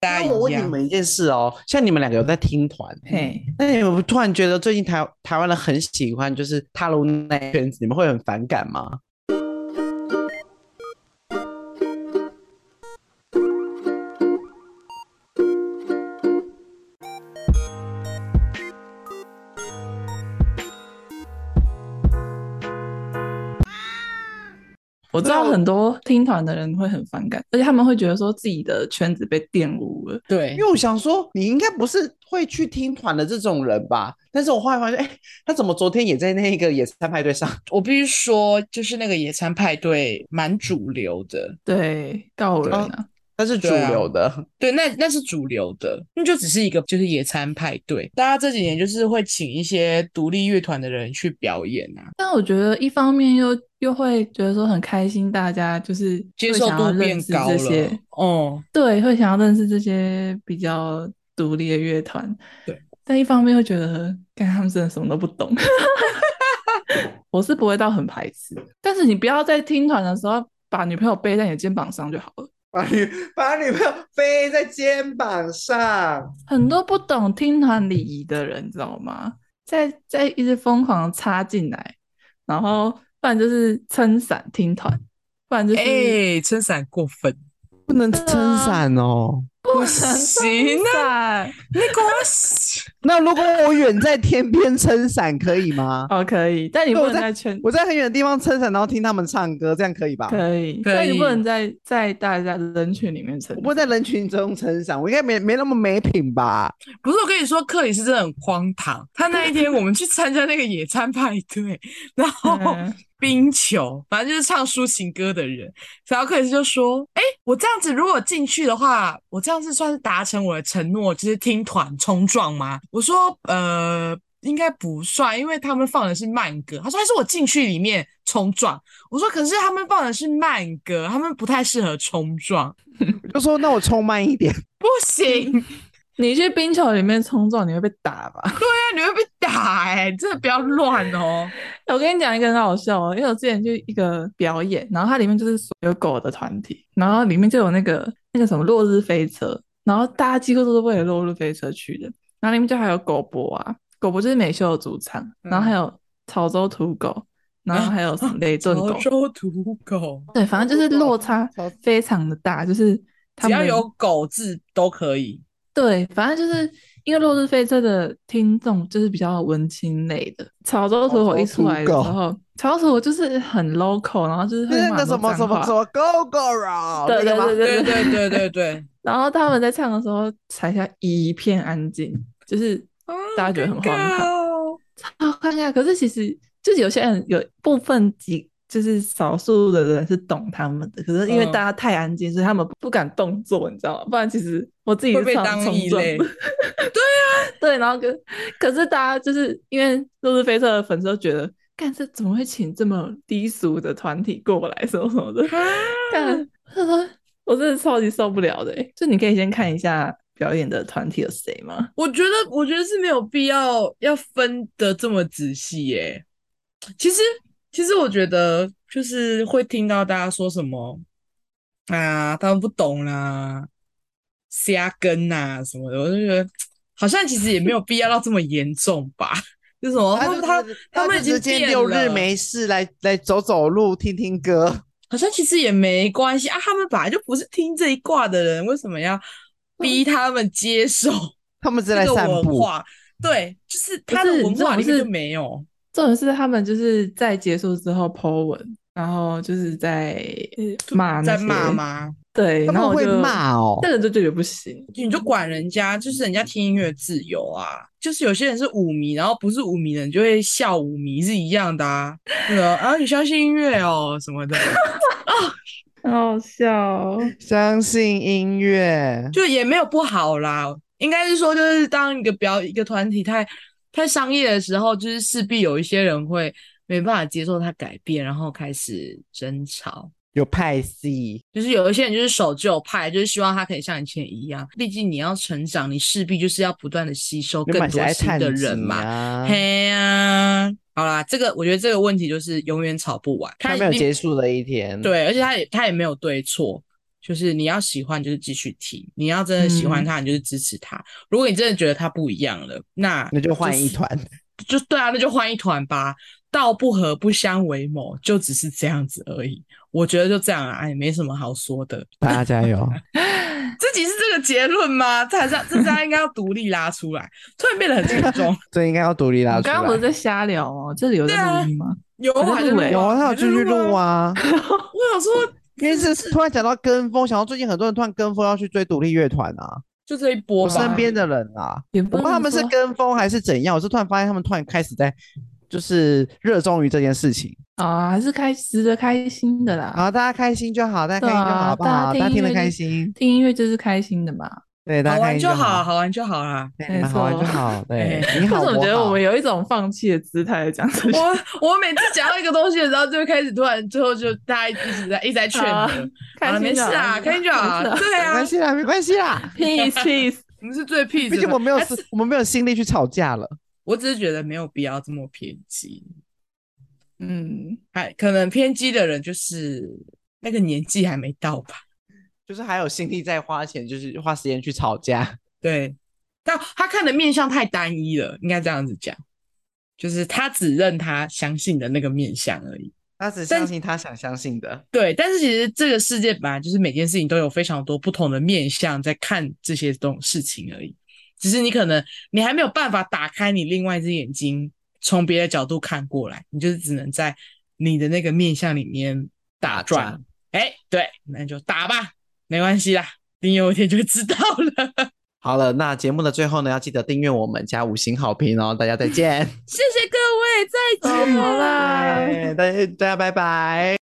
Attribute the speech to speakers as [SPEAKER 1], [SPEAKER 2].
[SPEAKER 1] 大家
[SPEAKER 2] 那我问
[SPEAKER 1] 一
[SPEAKER 2] 你
[SPEAKER 1] 样。
[SPEAKER 2] 们一件事哦，像你们两个有在听团，
[SPEAKER 1] 嘿，
[SPEAKER 2] 那你们不突然觉得最近台台湾人很喜欢就是踏入那一圈子，你们会很反感吗？
[SPEAKER 1] 我知
[SPEAKER 3] 啊
[SPEAKER 1] 道很多听团的人会很反感，而且他们会觉得说自己的圈子被玷污了。
[SPEAKER 3] 对
[SPEAKER 2] 因，为我想说你应该不是会去听团的这种人吧？但是我后来发现，哎、他怎么昨天也在那个野餐派对上？
[SPEAKER 3] 我必须说，就是那个野餐派对蛮主流的，
[SPEAKER 1] 对，告人啊，
[SPEAKER 2] 他是主
[SPEAKER 3] 对啊
[SPEAKER 2] 流的，
[SPEAKER 3] 对，那那是主流的，那就只是一个就是野餐派对。大家这几年就是会请一些独立乐团的人去表演啊，
[SPEAKER 1] 但我觉得一方面又又会觉得说很开心，大家就是
[SPEAKER 3] 接
[SPEAKER 1] 会
[SPEAKER 3] 受
[SPEAKER 1] 想要
[SPEAKER 3] 度
[SPEAKER 1] 认
[SPEAKER 3] 变
[SPEAKER 1] 识
[SPEAKER 3] 高
[SPEAKER 1] 这
[SPEAKER 3] 了
[SPEAKER 1] 些，。
[SPEAKER 3] 哦，
[SPEAKER 1] 对，会想要认识这些比较独立的乐团。
[SPEAKER 3] 对，
[SPEAKER 1] 但一方面又觉得，干他们真的什么都不懂。 我是不会到很排斥，但是你不要在听团的时候把女朋友背在你的肩膀上就好了。
[SPEAKER 2] 把女把女朋友背在肩膀上，
[SPEAKER 1] 很多不懂听团礼仪的人，你知道吗？在在一直疯狂地插进来，然后不然就是撑伞听团，不然就是、
[SPEAKER 3] 哎，撑伞过分，
[SPEAKER 2] 不能
[SPEAKER 1] 对啊
[SPEAKER 2] 撑伞哦。
[SPEAKER 1] 不
[SPEAKER 3] 不
[SPEAKER 1] 能
[SPEAKER 3] 行
[SPEAKER 1] 撑伞。
[SPEAKER 3] 那个我
[SPEAKER 2] 那如果我远在天边撑伞可以吗？
[SPEAKER 1] 哦，可以，但你
[SPEAKER 2] 对
[SPEAKER 1] 不
[SPEAKER 2] 我
[SPEAKER 1] 能
[SPEAKER 2] 在
[SPEAKER 1] 在圈
[SPEAKER 2] 我在很远的地方撑伞，然后听他们唱歌，这样可以吧？
[SPEAKER 1] 可以，
[SPEAKER 3] 可
[SPEAKER 1] 但你不
[SPEAKER 3] 以
[SPEAKER 1] 能在在大家的人群里面撑
[SPEAKER 2] 我。不会在人群中撑伞，我应该没没那么没品吧？
[SPEAKER 3] 不是我跟你说，克里斯真的很荒唐。他那一天我们去参加那个野餐派对，然后
[SPEAKER 1] 嗯
[SPEAKER 3] 冰球，反正就是唱抒情歌的人。然后克里斯就说：“哎、我这样子如果进去的话，我这样子算是达成我的承诺，就是听团冲撞吗？”我说：“呃，应该不算，因为他们放的是慢歌。”他说：“还是我进去里面冲撞。”我说：“可是他们放的是慢歌，他们不太适合冲撞，
[SPEAKER 2] 我就说那我冲慢一点，
[SPEAKER 3] 不行。”
[SPEAKER 1] 你去冰球里面冲撞，你会被打吧？
[SPEAKER 3] 你会被打哎、欸，真的不要乱 哦。
[SPEAKER 1] 我跟你讲一个很好笑哦，因为我之前去一个表演，然后它里面就是所有狗的团体，然后里面就有那个那个什么落日飞车，然后大家几乎都是为了落日飞车去的，然后里面就还有狗博啊，狗博就是美秀的主唱，然后还
[SPEAKER 3] 嗯
[SPEAKER 1] 有潮州土狗，然后 还有雷顿狗，
[SPEAKER 3] 州土狗，
[SPEAKER 1] 对，反正就是落差非常的大，就是他
[SPEAKER 3] 只
[SPEAKER 1] 们
[SPEAKER 3] 要有狗字都可以。
[SPEAKER 1] 对，反正就是因为《落日飞车》的听众就是比较文青类的，潮州土狗一出来的时候，潮州土狗就是很 local，然后就是
[SPEAKER 2] 就
[SPEAKER 1] 会
[SPEAKER 2] 是
[SPEAKER 1] 骂
[SPEAKER 2] 那个什么
[SPEAKER 1] 很
[SPEAKER 2] 什
[SPEAKER 1] 多
[SPEAKER 2] 么
[SPEAKER 1] 脏
[SPEAKER 2] 什
[SPEAKER 1] 话，
[SPEAKER 2] 么 Go Go 绕，那
[SPEAKER 1] 对对
[SPEAKER 2] 个吗
[SPEAKER 1] 对
[SPEAKER 3] 对
[SPEAKER 1] 对 对。
[SPEAKER 3] 对对对 对，
[SPEAKER 1] 然后他们在唱的时候，台下一片安静，就是
[SPEAKER 3] 啊
[SPEAKER 1] 大家觉得很荒唐，
[SPEAKER 3] 哦
[SPEAKER 1] 好尴尬。可是其实就是有些人有部分几。就是少数的人是懂他们的，可是因为
[SPEAKER 3] 嗯
[SPEAKER 1] 大家太安静，所以他们不敢动作，你知道吗？不然其实我自己
[SPEAKER 3] 会
[SPEAKER 1] 是
[SPEAKER 3] 被
[SPEAKER 1] 常
[SPEAKER 3] 当
[SPEAKER 1] 冲
[SPEAKER 3] 异
[SPEAKER 1] 撞
[SPEAKER 3] 类
[SPEAKER 1] 的。对，然后可可是大家就是因为落日飞车的粉丝都觉得，干这怎么会请这么低俗的团体过来 什么什么的，干他说 我真的超级受不了的欸、就你可以先看一下表演的团体有谁吗？
[SPEAKER 3] 我觉得，我觉得是没有必要要分得这么仔细耶。其实，其实我觉得就是会听到大家说什么啊，他们不懂啦，瞎跟呐、什么的，我就觉得好像其实也没有必要到这么严重吧。就什么哦
[SPEAKER 2] 他
[SPEAKER 3] 他
[SPEAKER 2] 就
[SPEAKER 3] 他
[SPEAKER 2] 是
[SPEAKER 3] 他们
[SPEAKER 2] 就
[SPEAKER 3] 已经
[SPEAKER 2] 直接
[SPEAKER 3] 变
[SPEAKER 2] 六日
[SPEAKER 3] 了
[SPEAKER 2] 没事来来走走路，听听歌。
[SPEAKER 3] 好像其实也没关系啊，他们本来就不是听这一挂的人，为什么 要逼他们接受
[SPEAKER 2] 他们只是
[SPEAKER 3] 这
[SPEAKER 2] 来
[SPEAKER 3] 个
[SPEAKER 2] 散
[SPEAKER 3] 文
[SPEAKER 2] 步，
[SPEAKER 3] 化？对，就是
[SPEAKER 1] 不
[SPEAKER 3] 他的
[SPEAKER 1] 是
[SPEAKER 3] 文
[SPEAKER 1] 你知道
[SPEAKER 3] 化
[SPEAKER 1] 不
[SPEAKER 3] 里面
[SPEAKER 1] 是
[SPEAKER 3] 就没有。
[SPEAKER 1] 重点是他们就是在结束之后 po 文，然后就是在呃骂那
[SPEAKER 3] 在
[SPEAKER 1] 些
[SPEAKER 3] 骂？吗？
[SPEAKER 1] 对，
[SPEAKER 2] 他
[SPEAKER 1] 然后
[SPEAKER 2] 们
[SPEAKER 1] 我
[SPEAKER 2] 会
[SPEAKER 1] 就
[SPEAKER 2] 骂哦。
[SPEAKER 1] 这个就觉得不行。
[SPEAKER 3] 你就管人家，就是人家听音乐自由啊。就是有些人是舞迷，然后不是舞迷的人就会笑舞迷是一样的啊。那个啊，你相信音乐哦什么的，
[SPEAKER 1] 很好笑哦、
[SPEAKER 2] 相信音乐，
[SPEAKER 3] 就也没有不好啦。应该是说，就是当一个表一个团体太太商业的时候，就是势必有一些人会没办法接受它改变，然后开始争吵。
[SPEAKER 2] 有派系，
[SPEAKER 3] 就是有一些人就是守旧派，就是希望他可以像以前一样。毕竟你要成长，你势必就是要不断的吸收
[SPEAKER 2] 你
[SPEAKER 3] 更
[SPEAKER 2] 蛮喜
[SPEAKER 3] 多
[SPEAKER 2] 爱啊
[SPEAKER 3] 新
[SPEAKER 2] 看
[SPEAKER 3] 的人嘛。
[SPEAKER 2] 嘛
[SPEAKER 3] 嘿呀、好啦，这个我觉得这个问题就是永远吵不完，
[SPEAKER 2] 他
[SPEAKER 3] 它
[SPEAKER 2] 没有
[SPEAKER 3] 一定
[SPEAKER 2] 结束的一天。，
[SPEAKER 3] 对，而且他也他也没有对错，就是你要喜欢就是继续听，你要真的喜
[SPEAKER 2] 嗯
[SPEAKER 3] 欢他，你就是支持他。如果你真的觉得他不一样了，那
[SPEAKER 2] 那就换一
[SPEAKER 3] 是
[SPEAKER 2] 团。
[SPEAKER 3] 就对啊，那就换一团吧。道不合不相为谋，就只是这样子而已。我觉得就这样啊，哎，没什么好说的。
[SPEAKER 2] 大家加 油！
[SPEAKER 3] 自己是这个结论吗？这还是要这大家应该要独立拉出来， 突然变得很沉重。
[SPEAKER 2] 这应该要独立
[SPEAKER 1] 我
[SPEAKER 2] 拉
[SPEAKER 1] 们
[SPEAKER 2] 出
[SPEAKER 1] 刚刚不是
[SPEAKER 2] 来。
[SPEAKER 1] 在瞎聊吗？这里有
[SPEAKER 3] 对
[SPEAKER 1] 在
[SPEAKER 3] 啊
[SPEAKER 1] 录音吗？
[SPEAKER 3] 有
[SPEAKER 1] 我在
[SPEAKER 3] 啊，还在
[SPEAKER 1] 录
[SPEAKER 3] 录
[SPEAKER 1] 欸
[SPEAKER 2] 有啊，他有继续录。啊，
[SPEAKER 3] 还在啊我想说，
[SPEAKER 2] 因为是突然讲到跟风，想到最近很多人突然跟风要去追独立乐团啊，
[SPEAKER 3] 就这一波
[SPEAKER 2] 我
[SPEAKER 3] 吧。
[SPEAKER 2] 身边的人啊，
[SPEAKER 1] 也
[SPEAKER 2] 我
[SPEAKER 1] 不
[SPEAKER 2] 不知道他们是
[SPEAKER 1] 跟
[SPEAKER 2] 跟风还是怎样，我是突然发现他们突然开始在就是热衷于这件事情
[SPEAKER 1] 啊，还是开值得开心的啦。
[SPEAKER 2] 好，大家开心就好，大家开心就好，好不
[SPEAKER 1] 对啊
[SPEAKER 2] 好？
[SPEAKER 1] 大家
[SPEAKER 2] 大家
[SPEAKER 1] 听音
[SPEAKER 2] 听
[SPEAKER 1] 乐
[SPEAKER 2] 得开
[SPEAKER 1] 就
[SPEAKER 2] 心，
[SPEAKER 1] 听音乐就是开心的嘛。
[SPEAKER 2] 对，大
[SPEAKER 3] 好
[SPEAKER 2] 家开
[SPEAKER 3] 玩
[SPEAKER 2] 心
[SPEAKER 3] 就好，
[SPEAKER 2] 好，
[SPEAKER 3] 好玩就好啦。
[SPEAKER 2] 对，
[SPEAKER 1] 没
[SPEAKER 2] 你们好玩
[SPEAKER 1] 错哎
[SPEAKER 2] 就好，对，你
[SPEAKER 1] 为什
[SPEAKER 2] 好，
[SPEAKER 1] 么觉得我
[SPEAKER 2] 好
[SPEAKER 1] 们有一种放弃的姿态在讲这些？
[SPEAKER 3] 我我每次讲到一个东西的时候，就会开始突然最后就大家一直在一直在劝
[SPEAKER 1] 好啊
[SPEAKER 3] 我。好
[SPEAKER 1] 开
[SPEAKER 3] 了，
[SPEAKER 1] 心
[SPEAKER 3] 没事
[SPEAKER 1] 就好
[SPEAKER 3] 啊，开心就好。
[SPEAKER 1] 没事啊
[SPEAKER 3] 对
[SPEAKER 2] 没
[SPEAKER 3] 啊
[SPEAKER 2] 关，系啦，没关系 啦，
[SPEAKER 1] Peace peace，
[SPEAKER 3] 我们是最 peace 的。
[SPEAKER 2] 毕竟我没有
[SPEAKER 3] 哎
[SPEAKER 2] 我们没有心力去吵架了。
[SPEAKER 3] 我只是觉得没有必要这么偏激，
[SPEAKER 1] 嗯，
[SPEAKER 3] 还可能偏激的人就是那个年纪还没到吧？
[SPEAKER 2] 就是还有心力在花钱，就是花时间去吵架。
[SPEAKER 3] 对，但他看的面相太单一了，应该这样子讲，就是他只认他相信的那个面相而已。
[SPEAKER 2] 他只相信他想相信的，
[SPEAKER 3] 对，但是其实这个世界本来就是每件事情都有非常多不同的面相在看这些东事情而已，只是你可能你还没有办法打开你另外一只眼睛，从别的角度看过来，你就是只能在你的那个面相里面打转。
[SPEAKER 2] 转
[SPEAKER 3] 哎，对，那就打吧，没关系啦，你有一天就会知道了。
[SPEAKER 2] 好了，那节目的最后呢，要记得订阅我们加五星好评哦，大家再见，
[SPEAKER 3] 谢谢各位，再见。
[SPEAKER 1] 哦好啦。
[SPEAKER 2] 对大家大家拜拜。